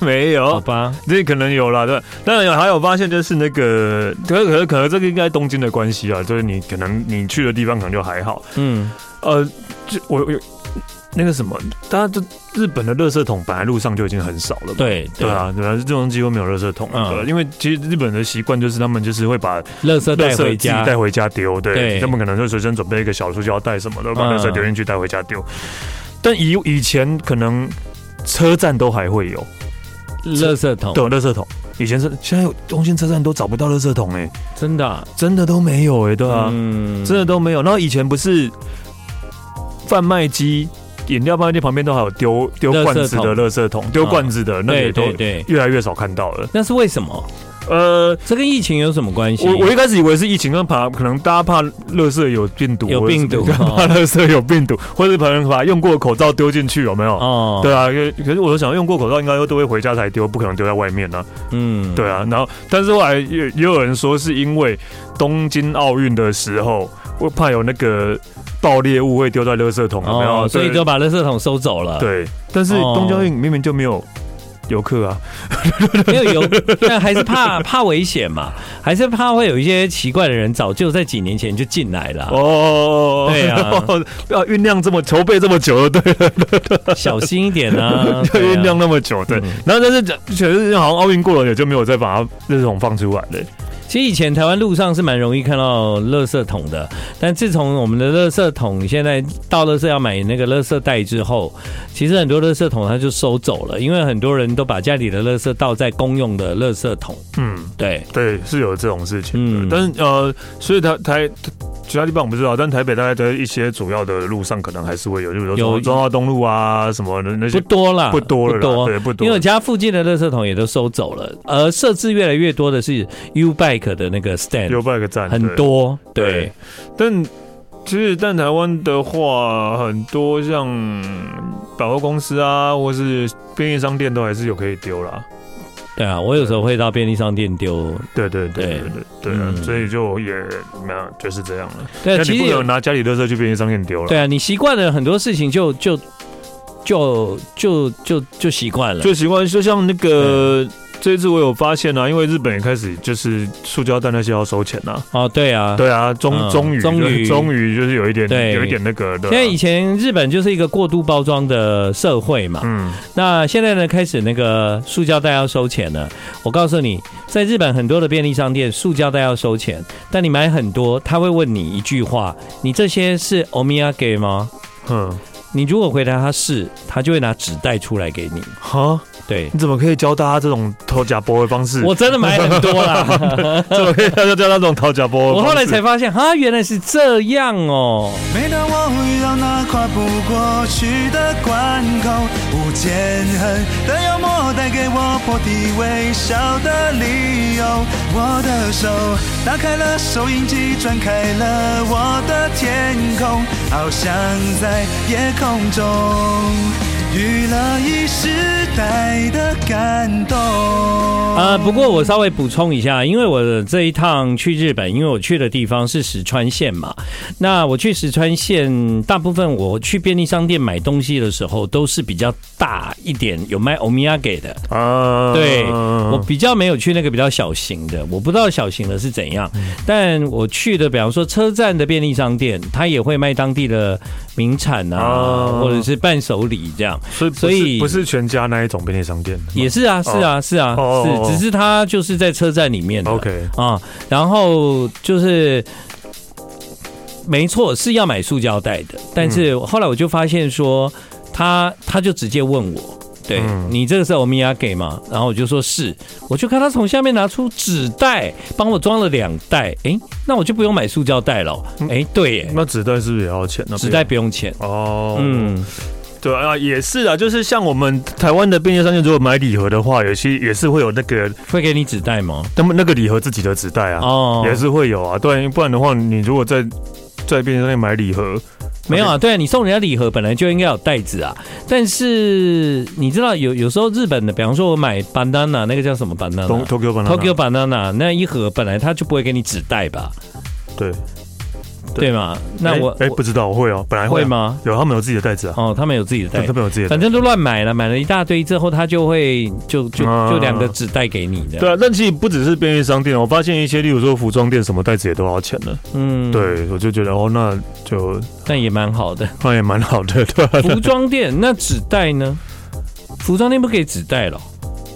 Speaker 3: 没
Speaker 2: 好
Speaker 3: 有， *laughs*
Speaker 2: 吧？
Speaker 3: 这可能有啦，对。当然有，还有发现就是那个，可可可能这个应该东京的关系啊，就是你可能你去的地方可能就还好。
Speaker 2: 嗯，
Speaker 3: 呃，就我有那个什么，大家就日本的垃圾桶本来路上就已经很少了嘛。
Speaker 2: 对
Speaker 3: 对，啊，对啊，这种几乎没有垃圾桶，
Speaker 2: 嗯
Speaker 3: 对啊因为其实日本的习惯就是他们就是会把
Speaker 2: 垃圾
Speaker 3: 垃
Speaker 2: 带
Speaker 3: 圾
Speaker 2: 回
Speaker 3: 自己
Speaker 2: 家，
Speaker 3: 带回家丢，
Speaker 2: 对
Speaker 3: 对，他们可能就随身准备一个小塑胶袋什么的，把
Speaker 2: 嗯
Speaker 3: 垃圾丢进去带回家丢。但以以前可能车站都还会有，
Speaker 2: 垃圾桶，
Speaker 3: 都有垃圾桶。以前是现在有东京车站都找不到垃圾桶哎、
Speaker 2: 真的啊、
Speaker 3: 真的都没有哎、对啊，
Speaker 2: 嗯
Speaker 3: 真的都没有。然后以前不是贩卖机、饮料贩卖机旁边都还有丢丢
Speaker 2: 垃圾
Speaker 3: 罐子
Speaker 2: 桶
Speaker 3: 的垃圾桶，丢
Speaker 2: 嗯
Speaker 3: 罐子的那个
Speaker 2: 对
Speaker 3: 也都
Speaker 2: 对对，
Speaker 3: 越来越少看到了。
Speaker 2: 那是为什么？
Speaker 3: 呃，
Speaker 2: 这跟疫情有什么关系？
Speaker 3: 我我一开始以为是疫情，跟怕可能大家怕垃圾有病毒，
Speaker 2: 有病毒
Speaker 3: 或者是
Speaker 2: 哦
Speaker 3: 怕垃圾有病毒，或者是可能把用过的口罩丢进去，有没有？
Speaker 2: 哦，
Speaker 3: 对啊，因为可是我想用过口罩应该都会回家才丢，不可能丢在外面啊。
Speaker 2: 嗯，
Speaker 3: 对啊，然后但是后来也也有人说是因为东京奥运的时候，我怕有那个爆裂物会丢在垃圾桶，有没有？
Speaker 2: 哦，所以
Speaker 3: 对
Speaker 2: 就把垃圾桶收走了。，
Speaker 3: 对，但是
Speaker 2: 哦
Speaker 3: 东京奥运明明就没有游客啊，
Speaker 2: *laughs* 没有有，但还是怕怕危险嘛，还是怕会有一些奇怪的人早就在几年前就进来了，
Speaker 3: 哦，
Speaker 2: 对
Speaker 3: *laughs*
Speaker 2: 啊，
Speaker 3: 要酝酿这么筹备这么久了，对。
Speaker 2: 小心一点
Speaker 3: *laughs*
Speaker 2: 啊。
Speaker 3: 要
Speaker 2: 对
Speaker 3: 酝
Speaker 2: 啊
Speaker 3: 酿那么久，对。
Speaker 2: 嗯
Speaker 3: 然后但是讲，确实好像奥运过了，也就没有再把它那种放出来了。
Speaker 2: 其实以前台湾路上是蛮容易看到垃圾桶的，但自从我们的垃圾桶现在到垃圾要买那个垃圾袋之后，其实很多垃圾桶它就收走了，因为很多人都把家里的垃圾倒在公用的垃圾桶。
Speaker 3: 嗯，
Speaker 2: 对，
Speaker 3: 对，是有这种事情
Speaker 2: 嗯
Speaker 3: 的。但是呃，所以台台其他地方我不知道，但台北大概在一些主要的路上，可能还是会有，就比
Speaker 2: 有
Speaker 3: 如说中华东路啊什么的那
Speaker 2: 不
Speaker 3: 些。
Speaker 2: 多啦，
Speaker 3: 不多了啦对不多
Speaker 2: 因为我家附近的垃圾桶也都收走了，而设置越来越多的是 U Bike 的那个 stand，
Speaker 3: 有半个站
Speaker 2: 很，多，对
Speaker 3: 对，但其实但台湾的话，很多像百货公司啊，或是便利商店都还是有可以丢啦。
Speaker 2: 对啊，我有时候会到便利商店丢，
Speaker 3: 对对对
Speaker 2: 对
Speaker 3: 对对对啊
Speaker 2: 嗯，
Speaker 3: 所以就也没有就是这样了。
Speaker 2: 对啊，
Speaker 3: 那
Speaker 2: 其
Speaker 3: 你
Speaker 2: 实
Speaker 3: 不
Speaker 2: 也
Speaker 3: 能拿家里垃圾去便利商店丢了。
Speaker 2: 对啊，你习惯了很多事情就就就就就就习惯了。
Speaker 3: 最习惯就像那个。这一次我有发现啊，因为日本也开始就是塑胶袋那些要收钱呐、啊。
Speaker 2: 哦，对啊，
Speaker 3: 对啊，终
Speaker 2: 嗯
Speaker 3: 终于
Speaker 2: 终于
Speaker 3: 就是终于就是有一点
Speaker 2: 对
Speaker 3: 有一点那个啊的。
Speaker 2: 现在以前日本就是一个过度包装的社会嘛，
Speaker 3: 嗯，
Speaker 2: 那现在呢开始那个塑胶袋要收钱了。我告诉你，在日本很多的便利商店，塑胶袋要收钱，但你买很多，他会问你一句话：你这些是欧米亚给吗？
Speaker 3: 嗯，
Speaker 2: 你如果回答他是，他就会拿纸袋出来给你。
Speaker 3: 哈，
Speaker 2: 对，
Speaker 3: 你怎么可以教大家这种偷假波的方式？
Speaker 2: 我 *laughs* 真的买很多啦，
Speaker 3: *laughs* 怎么可以教大家这种偷假波？
Speaker 2: 我后来才，发现，哈，原来是这样哦。
Speaker 7: 每当我遇到那跨不过去的关口，无间恨的幽默带给我破涕为笑的理由。我的手打开了收音机，转开了我的天空，翱翔在夜空中，娱乐一时代的感动。
Speaker 2: 啊、不过我稍微补充一下，因为我这一趟去日本，因为我去的地方是石川县嘛，那我去石川县，大部分我去便利商店买东西的时候，都是比较大一点，有卖欧米亚给的。
Speaker 3: 啊
Speaker 2: 对我比较没有去那个比较小型的，我不知道小型的是怎样，但我去的，比方说车站的便利商店，它也会卖当地的名产啊，
Speaker 3: 哦
Speaker 2: 或者是伴手礼这样。
Speaker 3: 所以
Speaker 2: 所
Speaker 3: 所
Speaker 2: 以
Speaker 3: 以不是全家那一种便利商店，
Speaker 2: 也是啊，是啊，是啊，
Speaker 3: 哦哦
Speaker 2: 是，
Speaker 3: 哦
Speaker 2: 只是它就是在车站里面的。
Speaker 3: OK
Speaker 2: 啊，然后就是。没错，是要买塑胶袋的，但是
Speaker 3: 嗯
Speaker 2: 后来我就发现说，他他就直接问我，对、
Speaker 3: 嗯
Speaker 2: 你这个是欧米亚给吗？然后我就说是，我就看他从下面拿出纸袋，帮我装了两袋，诶，那我就不用买塑胶袋了哦，诶，对耶，
Speaker 3: 那纸袋是不是也要钱呢？
Speaker 2: 纸袋不用钱，
Speaker 3: 哦，嗯，
Speaker 2: 嗯，
Speaker 3: 对啊，也是啊，就是像我们台湾的便利商店，如果买礼盒的话，有些也是会有那个
Speaker 2: 会给你纸袋吗？
Speaker 3: 那么那个礼盒自己的纸袋啊，
Speaker 2: 哦
Speaker 3: 也是会有啊，对，不然的话，你如果在在便利商店买礼盒，
Speaker 2: 没有啊，对啊，你送人家礼盒本来就应该有袋子啊，但是你知道有有时候日本的，比方说我买 banana 那个叫什么 banana。
Speaker 3: ，Tokyo banana
Speaker 2: 啊 Tokyo banana 那一盒本来他就不会给你纸袋吧，
Speaker 3: 对，
Speaker 2: 对吗？那我
Speaker 3: 哎、哎不知道，我会哦，本来
Speaker 2: 会
Speaker 3: 啊？
Speaker 2: 吗？
Speaker 3: 有，他们有自己的袋子啊，
Speaker 2: 哦，他们有自己的袋
Speaker 3: 对，他，们有自己的袋
Speaker 2: 反
Speaker 3: 子。
Speaker 2: 正都乱买了，买了一大堆之后，他就会就就
Speaker 3: 啊
Speaker 2: 就两个纸袋给你的。
Speaker 3: 对啊，但其实不只是便利商店，我发现一些，例如说服装店，什么袋子也都要钱的。
Speaker 2: 嗯，，
Speaker 3: 对，我就觉得哦，那就
Speaker 2: 但也蛮好
Speaker 3: *laughs*
Speaker 2: 的。
Speaker 3: 那也蛮好的，对吧、
Speaker 2: 服装店那纸袋呢？服装店不给纸袋了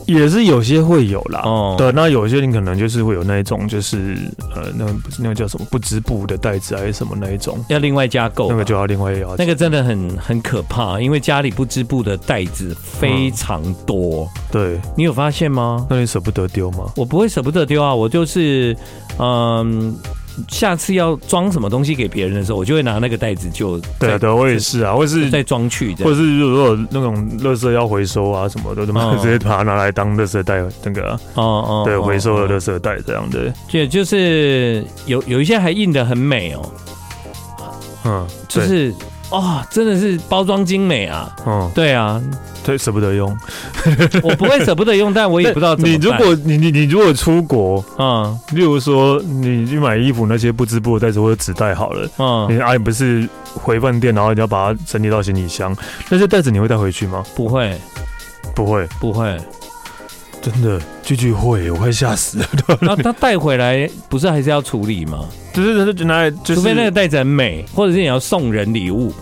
Speaker 3: 也是有些会有啦。
Speaker 2: 哦。
Speaker 3: 对，那有些你可能就是会有那一种，就是呃，那个不是那个叫什么不织布的袋子还是什么那一种，
Speaker 2: 要另外加购吧。
Speaker 3: 那个就要另外也要
Speaker 2: 哦那
Speaker 3: 钱。
Speaker 2: 个真的很很可怕，因为家里不织布的袋子非常多，
Speaker 3: 对，
Speaker 2: 你有发现吗？
Speaker 3: 那你舍不得丢吗？
Speaker 2: 我不会舍不得丢啊，我就是，嗯，下次要装什么东西给别人的时候，我就会拿那个袋子就
Speaker 3: 对啊，
Speaker 2: 再
Speaker 3: 对啊，我也是啊，或是
Speaker 2: 再装去这
Speaker 3: 或
Speaker 2: 样。
Speaker 3: 是如果有那种垃圾要回收啊什么的，他
Speaker 2: 哦
Speaker 3: 们直接把它拿来当垃圾袋那个啊、
Speaker 2: 哦哦
Speaker 3: 对回收的
Speaker 2: 的，
Speaker 3: 垃圾袋这样的，
Speaker 2: 就就是有有一些还印的很美哦，
Speaker 3: 嗯，
Speaker 2: 就
Speaker 3: 对
Speaker 2: 是哦，真的是包装精美啊。
Speaker 3: 嗯，
Speaker 2: 对啊，
Speaker 3: 对，舍不得用，
Speaker 2: 我不会舍不得用，但我也不知道怎
Speaker 3: *laughs* 你
Speaker 2: 么
Speaker 3: 如
Speaker 2: 办
Speaker 3: 果你你你如果出国，
Speaker 2: 嗯
Speaker 3: 例如说你去买衣服那些不织布的袋子或者纸袋好了，
Speaker 2: 嗯
Speaker 3: 你啊你不是回饭店，然后你要把它整理到行李箱，那些袋子你会带回去吗？
Speaker 2: 不会
Speaker 3: 不会，
Speaker 2: 不会，
Speaker 3: 真的，句句会，我快吓死了。 *laughs*
Speaker 2: 那他带回来不是还是要处理吗？
Speaker 3: 就是就拿来，就是
Speaker 2: 除非那个袋子很美，或者是你要送人礼物。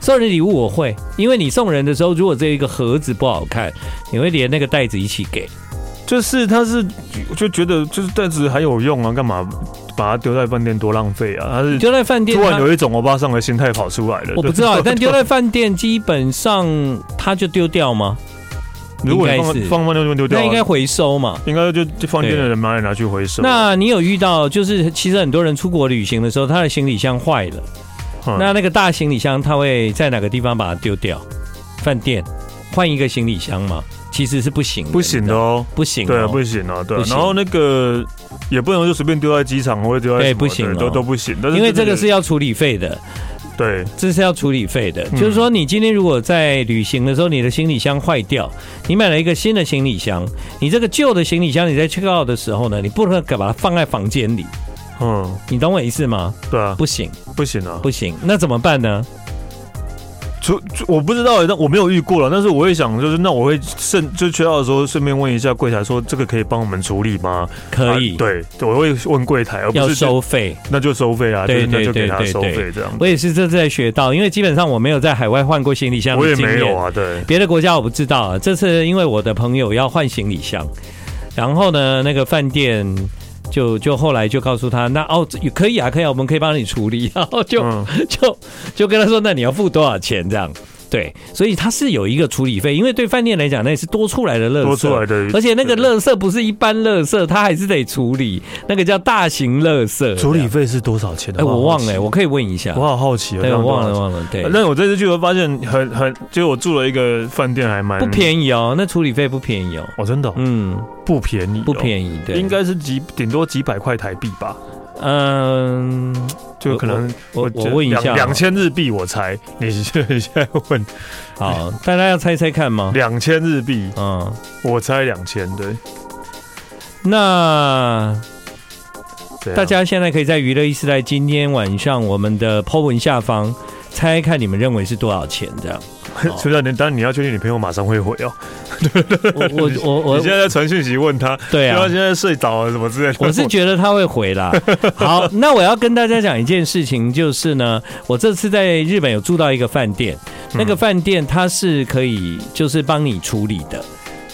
Speaker 2: 送人礼物我会，因为你送人的时候，如果这一个盒子不好看，你会连那个袋子一起给。
Speaker 3: 就是他是就觉得就是袋子还有用啊，干嘛把它丢在饭店多浪费啊？他是
Speaker 2: 你丢在饭店，
Speaker 3: 突然有
Speaker 2: 它
Speaker 3: 一种欧巴桑的心态跑出来了。
Speaker 2: 我不知道，但丢在饭店基本上它就丢掉吗？
Speaker 3: 如果你
Speaker 2: 应
Speaker 3: 放
Speaker 2: 该是
Speaker 3: 放饭店就丢掉
Speaker 2: 那
Speaker 3: 啊，
Speaker 2: 应该回收嘛。
Speaker 3: 应该就就饭店的人拿来拿去回收。啊
Speaker 2: 那你有遇到，就是其实很多人出国旅行的时候，他的行李箱坏了，
Speaker 3: 嗯
Speaker 2: 那那个大行李箱他会在哪个地方把它丢掉？饭店换一个行李箱吗？其实是不行的，
Speaker 3: 不行的哦，
Speaker 2: 不行哦，
Speaker 3: 对啊，不行啊，对啊
Speaker 2: 不。行
Speaker 3: 然后那个也不能就随便丢在机场或者丢在
Speaker 2: 对
Speaker 3: 什么
Speaker 2: 不行哦
Speaker 3: 都都不行。但是
Speaker 2: 因为这个是要处理费的，
Speaker 3: 对
Speaker 2: 这是要处理费的。
Speaker 3: 嗯
Speaker 2: 就是说，你今天如果在旅行的时候，你的行李箱坏掉，你买了一个新的行李箱，你这个旧的行李箱，你在 check out 的时候呢，你不能把它放在房间里，
Speaker 3: 嗯，
Speaker 2: 你懂我意思吗？
Speaker 3: 对啊，
Speaker 2: 不行，
Speaker 3: 不行啊，
Speaker 2: 不行，那怎么办呢？
Speaker 3: 除除我不知道欸，但我没有遇过了。但是我会想，就是那我会顺就缺药的时候，顺便问一下柜台说，这个可以帮我们处理吗？
Speaker 2: 可以
Speaker 3: 啊，对，我会问柜台，而不
Speaker 2: 要
Speaker 3: 是就
Speaker 2: 收费。
Speaker 3: 那就收费啊，
Speaker 2: 对
Speaker 3: 就是那
Speaker 2: 对
Speaker 3: 就给
Speaker 2: 对
Speaker 3: 他
Speaker 2: 对
Speaker 3: 收费
Speaker 2: 对
Speaker 3: 这样。
Speaker 2: 我也是啊这次才学到，因为基本上我没有在海外换过行李箱
Speaker 3: 我
Speaker 2: 的
Speaker 3: 也
Speaker 2: 经
Speaker 3: 没有
Speaker 2: 验。
Speaker 3: 啊，对，
Speaker 2: 别的国家我不知道啊，这次因为我的朋友要换行李箱，然后呢，那个饭店就就后来就告诉他，那哦这可以啊，可以啊，我们可以帮你处理， *laughs* 然后就、
Speaker 3: 嗯，
Speaker 2: 就就跟他说，那你要付多少钱这样。对，所以它是有一个处理费，因为对饭店来讲，那也是多出来的垃圾，
Speaker 3: 多出来的
Speaker 2: 而且那个
Speaker 3: 对
Speaker 2: 垃圾不是一般垃圾，它还是得处理，那个叫大型垃圾。
Speaker 3: 处理，费是多少钱
Speaker 2: 哎，
Speaker 3: 的？
Speaker 2: 我
Speaker 3: 好好
Speaker 2: 忘
Speaker 3: 奇
Speaker 2: 了、我可以问一下
Speaker 3: 我。好好奇啊，
Speaker 2: 对，
Speaker 3: 这
Speaker 2: 我
Speaker 3: 样多少
Speaker 2: 忘了忘
Speaker 3: 钱。
Speaker 2: 了，对，
Speaker 3: 那我这次去，我发现很很，就我住了一个饭店，还蛮
Speaker 2: 不便宜哦，那处理费不便宜哦，
Speaker 3: 哦，真的哦
Speaker 2: 嗯，
Speaker 3: 不便宜哦，
Speaker 2: 不便宜，对，
Speaker 3: 应该是几顶多几百块台币吧，
Speaker 2: 嗯，
Speaker 3: 就可能
Speaker 2: 我我
Speaker 3: 觉得
Speaker 2: 问一
Speaker 3: 两
Speaker 2: 下啊哦，
Speaker 3: 两千日币，我猜你 *laughs* 现在问
Speaker 2: 好，大家要猜猜看吗？
Speaker 3: 两千日币，
Speaker 2: 嗯，
Speaker 3: 我猜两千，对，
Speaker 2: 那
Speaker 3: 这样
Speaker 2: 大
Speaker 3: *laughs*
Speaker 2: 家现在可以在娱乐一时代今天晚上我们的 Po 文下方猜看你们认为是多少钱
Speaker 3: *laughs*
Speaker 2: 这样。好
Speaker 3: 是不是？你当然你要确定你朋友马上会回哦，
Speaker 2: 我我我
Speaker 3: 你
Speaker 2: 我
Speaker 3: 现，在在传讯息问他，
Speaker 2: 对
Speaker 3: 就
Speaker 2: 啊
Speaker 3: 他。现在睡着了什么之类
Speaker 2: *laughs*
Speaker 3: 的，
Speaker 2: 我是觉得他会回
Speaker 3: *laughs*
Speaker 2: 啦。好，那我要跟大家讲一件事情，就是呢，我这次在日本有住到一个饭店，
Speaker 3: 嗯
Speaker 2: 那个饭店它是可以就是帮你处理的，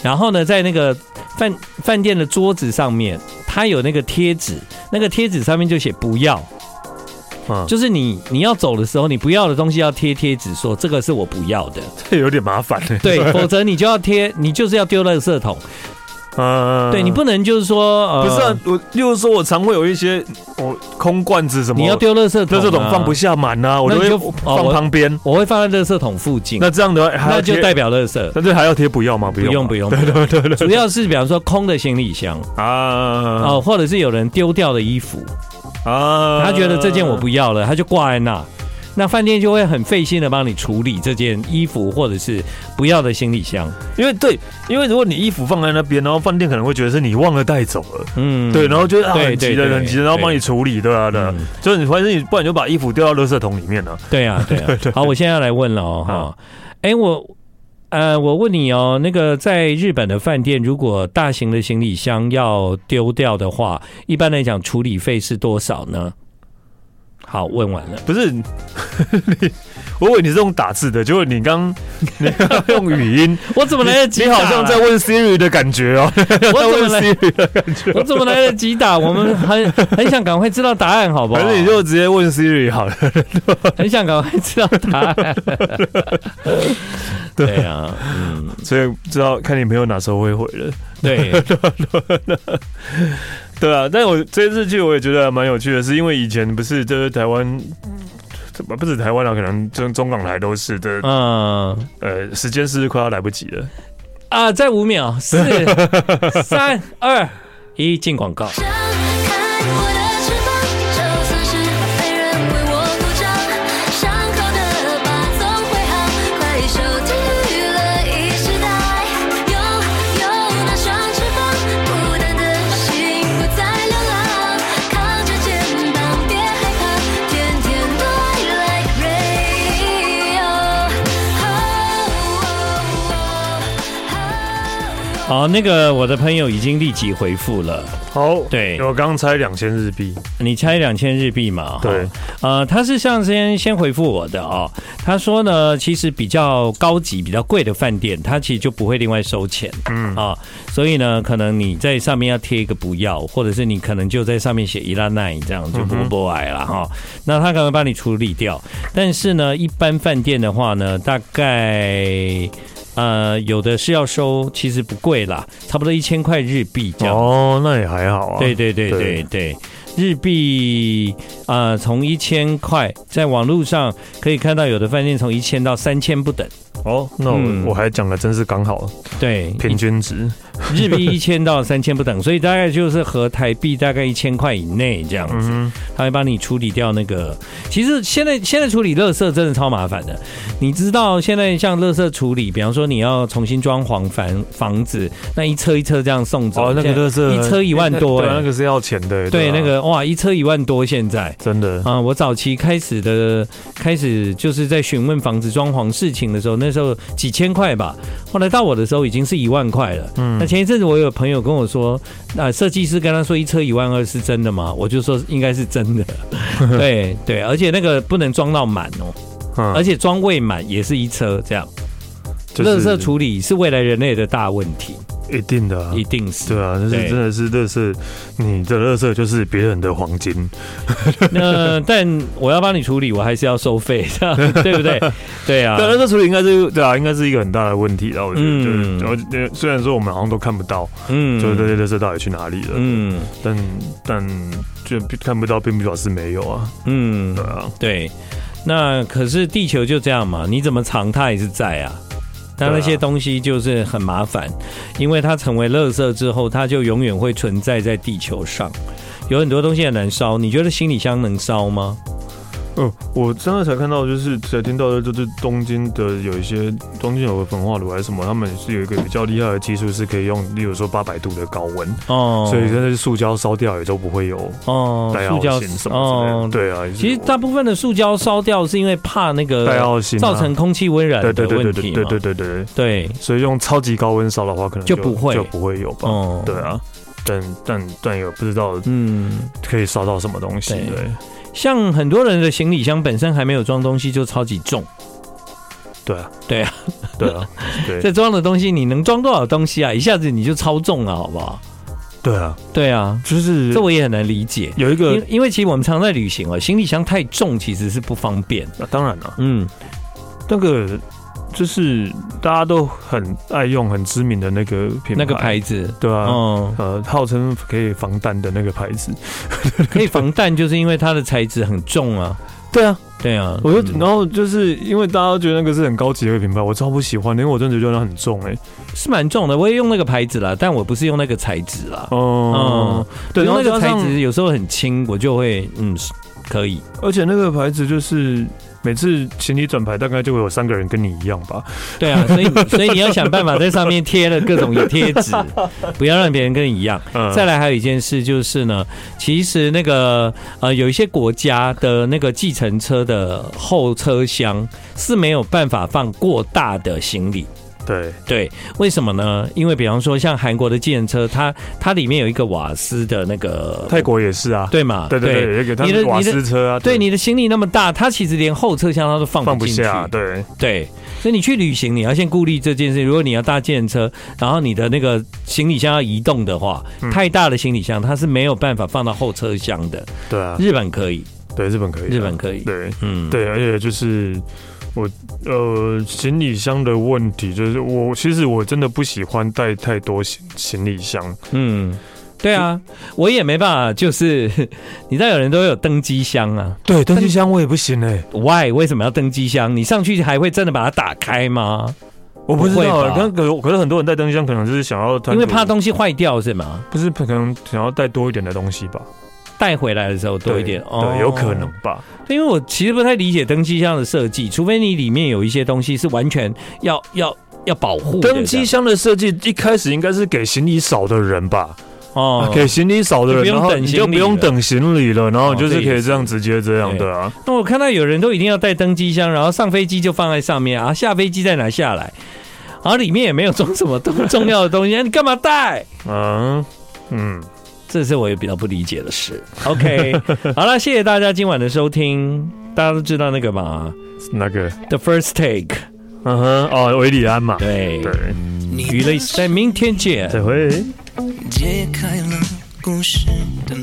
Speaker 2: 然后呢，在那个饭饭店的桌子上面，它有那个贴纸，那个贴纸上面就写不要，
Speaker 3: 嗯
Speaker 2: 就是你你要走的时候，你不要的东西要贴贴纸，说这个是我不要
Speaker 3: *laughs*
Speaker 2: 的，
Speaker 3: 这 *laughs* 有点麻烦欸呢。
Speaker 2: 对，否则你就要贴，你就是要丢垃圾桶，
Speaker 3: 嗯
Speaker 2: 对你不能就是说，呃
Speaker 3: 不是啊，我例如说，我常会有一些我空罐子什么，
Speaker 2: 你要丢垃圾桶、
Speaker 3: 垃
Speaker 2: 啊，
Speaker 3: 圾桶放不下满啊，我
Speaker 2: 那
Speaker 3: 都
Speaker 2: 你就
Speaker 3: 会
Speaker 2: 哦
Speaker 3: 放
Speaker 2: 我
Speaker 3: 旁边。
Speaker 2: 我会放在垃圾桶附近，那
Speaker 3: 那这样的话，还要
Speaker 2: 就
Speaker 3: 贴
Speaker 2: 代表垃圾。
Speaker 3: 那这还要贴不要吗？不
Speaker 2: 不用不
Speaker 3: 用
Speaker 2: 用，对对对，主要是比方说空的行李箱
Speaker 3: 啊啊
Speaker 2: 哦，或者是有人丢掉的衣服，
Speaker 3: 啊
Speaker 2: 他觉得这件我不要了，他就挂在那，那饭店就会很费心的帮你处理这件衣服或者是不要的行李箱。
Speaker 3: 因为对，因为如果你衣服放在那边，然后饭店可能会觉得是你忘了带走了，
Speaker 2: 嗯，
Speaker 3: 对，然后就是啊
Speaker 2: 对
Speaker 3: 很急的
Speaker 2: 对对
Speaker 3: 很急的，然后帮你处理，对啊对啊
Speaker 2: 嗯，
Speaker 3: 就是你反正你不然你就把衣服丢到垃圾桶里面了，
Speaker 2: 对 *laughs* 啊，对啊。好，我现在要来问了哦，哈
Speaker 3: 好，
Speaker 2: 哎，我呃，我问你哦，那个在日本的饭店，如果大型的行李箱要丢掉的话，一般来讲处理费是多少呢？好，问完了。
Speaker 3: 不是？你 *laughs* 我以为你是用打字的，结果你刚 *laughs* 你刚用语音，
Speaker 2: *laughs* 我怎么来得及
Speaker 3: 你
Speaker 2: 打
Speaker 3: 好像在问 Siri 的感觉哦，
Speaker 2: 我怎么
Speaker 3: 在
Speaker 2: 来
Speaker 3: 问 Siri，
Speaker 2: 我怎么来得及打？我们很很想赶快知道答案，好不好
Speaker 3: 反？正你就直接问 Siri 好了。
Speaker 2: 很想赶快知道答 *laughs* 案。对啊，嗯，
Speaker 3: 所以知道看你朋友哪时候会回了。
Speaker 2: 对，
Speaker 3: 对啊，但我这次去我也觉得还蛮有趣的，是因为以前不是就是台湾，怎么不止台湾啊，可能中中港台都是的，
Speaker 2: 嗯。
Speaker 3: 呃，时间是不是快要来不及了？
Speaker 2: 啊，再五秒，四、三、二、一，进广告。
Speaker 8: 张开我的翅膀，就算是没人为我鼓掌，伤口的疤总会好。快收听娱乐一时代，拥有那双翅膀，孤单的心不再流浪，扛着肩膀别害怕，天天对 like radio。
Speaker 2: 好，那个我的朋友已经立即回复了，
Speaker 3: 好，
Speaker 2: 对
Speaker 3: 我刚猜两千日币，
Speaker 2: 你猜两千日币嘛？哈
Speaker 3: 对，
Speaker 2: 呃，他是上先先回复我的哦，他说呢，其实比较高级、比较贵的饭店，他其实就不会另外收钱，嗯啊，所以呢，可能你在上面要贴一个不要，或者是你可能就在上面写伊拉奈这样就不不矮了哈、那他可能帮你处理掉，但是呢，一般饭店的话呢，大概。呃，有的是要收，其实不贵啦，差不多一千块日币这样。
Speaker 3: 哦，那也还好啊。
Speaker 2: 对，对对对对，日币啊，呃从一千块，在网络上可以看到有的饭店从一千到三千不等。
Speaker 3: 哦，那我、
Speaker 2: 嗯
Speaker 3: 我还讲的真是刚好，
Speaker 2: 对，
Speaker 3: 平均值。
Speaker 2: 日币一千到三千不等，所以大概就是合台币大概一千块以内这样子，
Speaker 3: 嗯
Speaker 2: 他会帮你处理掉那个。其实现在现在处理垃圾真的超麻烦的，你知道现在像垃圾处理，比方说你要重新装潢房房子，那一车一车这样送走，
Speaker 3: 哦，那个垃圾
Speaker 2: 现在一车一万多、
Speaker 3: 对啊，那
Speaker 2: 欸，
Speaker 3: 个是要钱的、
Speaker 2: 对
Speaker 3: 啊
Speaker 2: 那个哇，一车一万多现在。
Speaker 3: 真的，
Speaker 2: 啊、我早期开始的开始就是在询问房子装潢事情的时候，那时候几千块吧，后来到我的时候已经是一万块了。嗯，那前一阵子我有朋友跟我说，啊、设计师跟他说一车一万二是真的吗？我就说应该是真
Speaker 3: *laughs*
Speaker 2: 的。对对，而且那个不能装到满哦，
Speaker 3: 嗯，
Speaker 2: 而且装未满也是一车这样。
Speaker 3: 就是
Speaker 2: 垃圾处理是未来人类的大问题，
Speaker 3: 一定的、啊，
Speaker 2: 一定是。
Speaker 3: 对啊，就是
Speaker 2: 对
Speaker 3: 真的是乐色，你的乐色就是别人的黄金，
Speaker 2: 那但我要帮你处理，我还是要收费，这样对
Speaker 3: *laughs*
Speaker 2: 不对？对啊
Speaker 3: 对，，乐色处理应该是对啊，应该是一个很大的问题啦。我觉得，
Speaker 2: 嗯
Speaker 3: 就是我觉得虽然说我们好像都看不到，
Speaker 2: 嗯
Speaker 3: 就是这些乐色到底去哪里了，
Speaker 2: 嗯
Speaker 3: 但但就看不到，并不表示没有啊，
Speaker 2: 嗯
Speaker 3: 对，啊，
Speaker 2: 对。那可是地球就这样嘛，你怎么藏它也是在啊。那
Speaker 3: 对
Speaker 2: 那
Speaker 3: 啊
Speaker 2: 些东西就是很麻烦，因为它成为垃圾之后，它就永远会存在在地球上。有很多东西很难烧，你觉得行李箱能烧吗？
Speaker 3: 嗯，我刚才才看到，就是才听到的，就是东京的有一些东京有个焚化炉还是什么，他们是有一个比较厉害的技术，是可以用，例如说八百度的高温，
Speaker 2: 哦，
Speaker 3: 所以真的是塑胶烧掉也都不会有
Speaker 2: 哦，
Speaker 3: 带
Speaker 2: 塑
Speaker 3: 药
Speaker 2: 胶哦
Speaker 3: 性什么之类的。对啊，
Speaker 2: 其实大部分的塑胶烧掉是因为怕那
Speaker 3: 带
Speaker 2: 个
Speaker 3: 药性啊
Speaker 2: 造成空气污染
Speaker 3: 对
Speaker 2: 的
Speaker 3: 对对
Speaker 2: 问
Speaker 3: 对
Speaker 2: 题
Speaker 3: 对
Speaker 2: 嘛。
Speaker 3: 对对对对，
Speaker 2: 对
Speaker 3: 所以用超级高温烧的话，可能
Speaker 2: 就不会
Speaker 3: 就不会有吧。
Speaker 2: 哦
Speaker 3: 对啊，但但但也不知道
Speaker 2: 嗯，
Speaker 3: 可以烧到什么东西。
Speaker 2: 对
Speaker 3: 对
Speaker 2: 像很多人的行李箱本身还没有装东西就超级重，
Speaker 3: 对啊
Speaker 2: 对啊，
Speaker 3: *laughs* 对啊对
Speaker 2: 这装的东西你能装多少东西啊？一下子你就超重了，好不好？
Speaker 3: 对啊，
Speaker 2: 对啊，
Speaker 3: 就是
Speaker 2: 这我也很难理解。
Speaker 3: 有一个
Speaker 2: 因，因为其实我们常在旅行哦，行李箱太重其实是不方便。
Speaker 3: 啊当然了。
Speaker 2: 嗯，
Speaker 3: 那个就是大家都很爱用很知名的那个品牌，
Speaker 2: 那个牌子，
Speaker 3: 对啊，
Speaker 2: 哦，
Speaker 3: 呃，号称可以防弹的那个牌子。
Speaker 2: 可以防弹，就是因为它的材质很重啊。
Speaker 3: 对啊，
Speaker 2: 对啊，
Speaker 3: 我就、
Speaker 2: 嗯
Speaker 3: 然后就是因为大家都觉得那个是很高级的一个品牌，我超不喜欢的，因为我真的觉得它很重哎、
Speaker 2: 是蛮重的，我也用那个牌子啦，但我不是用那个材质啦。
Speaker 3: 哦、对，
Speaker 2: 对，
Speaker 3: 然
Speaker 2: 用
Speaker 3: 后
Speaker 2: 那个
Speaker 3: 加
Speaker 2: 材
Speaker 3: 上，
Speaker 2: 质有时候很轻，我就会嗯可以。
Speaker 3: 而且那个牌子就是。每次行李转牌大概就会有三个人跟你一样吧，
Speaker 2: 对啊，所以你所以你要想办法在上面贴了各种贴
Speaker 3: *laughs*
Speaker 2: 纸，不要让别人跟你一样。
Speaker 3: 嗯
Speaker 2: 再来还有一件事就是呢，其实那个呃有一些国家的那个计程车的后车厢是没有办法放过大的行李。
Speaker 3: 对，
Speaker 2: 对，为什么呢？因为比方说像韩国的计程车，它它里面有一个瓦斯的那个，
Speaker 3: 泰国也是啊，
Speaker 2: 对嘛？
Speaker 3: 对对对，有一个它
Speaker 2: 你
Speaker 3: 是
Speaker 2: 的
Speaker 3: 瓦
Speaker 2: 你的
Speaker 3: 斯车啊，
Speaker 2: 对你的行李那么大，它其实连后车厢它都放
Speaker 3: 放
Speaker 2: 不
Speaker 3: 不
Speaker 2: 进去。
Speaker 3: 下，啊对，
Speaker 2: 对，所以你去旅行，你要先顾虑这件事。如果你要搭建车，然后你的那个行李箱要移动的话，
Speaker 3: 嗯
Speaker 2: 太大的行李箱它是没有办法放到后车厢的。
Speaker 3: 对啊，
Speaker 2: 日本可以，
Speaker 3: 对日本可以啊，
Speaker 2: 日本可以。
Speaker 3: 对，
Speaker 2: 嗯，
Speaker 3: 对，而且就是我呃行李箱的问题，就是我其实我真的不喜欢带太多行行李箱。
Speaker 2: 嗯，对啊，我也没办法，就是 *laughs* 你知道有人都有登机箱啊
Speaker 3: 对，登机箱我也不行哎、
Speaker 2: 欸，why 为什么要登机箱？你上去还会真的把它打开吗？
Speaker 3: 我不知
Speaker 2: 不会
Speaker 3: 道
Speaker 2: 吧，
Speaker 3: 但可可是很多人带登机箱，可能就是想要它
Speaker 2: 因为怕
Speaker 3: 有
Speaker 2: 东西坏掉是吗？
Speaker 3: 不是可能想要带多一点的东西吧，
Speaker 2: 带回来的时候多一点
Speaker 3: 对
Speaker 2: 哦，
Speaker 3: 对，有可能吧，
Speaker 2: 对，因为我其实不太理解登机箱的设计，除非你里面有一些东西是完全要要要保护的这样。
Speaker 3: 登机箱的设计一开始应该是给行李少的人吧，
Speaker 2: 哦，
Speaker 3: 给行李少的
Speaker 2: 就不
Speaker 3: 人，
Speaker 2: 用
Speaker 3: 然后
Speaker 2: 等
Speaker 3: 你
Speaker 2: 行
Speaker 3: 就不
Speaker 2: 李
Speaker 3: 用
Speaker 2: 了
Speaker 3: 等行李了，然后
Speaker 2: 哦
Speaker 3: 你就
Speaker 2: 这
Speaker 3: 是
Speaker 2: 也
Speaker 3: 可以这样直接这样
Speaker 2: 对
Speaker 3: 的啊，
Speaker 2: 那我看到有人都一定要带登机箱，然后上飞机就放在上面啊，下飞机再拿下来，然后里面也没有装什么东重 *laughs* 要的东西，你干嘛带？
Speaker 3: 嗯嗯，
Speaker 2: 这是我也比较不理解的事。OK，好
Speaker 3: *laughs*
Speaker 2: 了，谢谢大家今晚的收听。大家都知道那个嘛
Speaker 3: 那个，
Speaker 2: ，The First Take，
Speaker 3: 嗯哼，哦，维里安嘛，
Speaker 2: 对，嗯
Speaker 3: 对，
Speaker 2: 娱乐在明天见。
Speaker 3: 再会。
Speaker 7: 揭开了故事的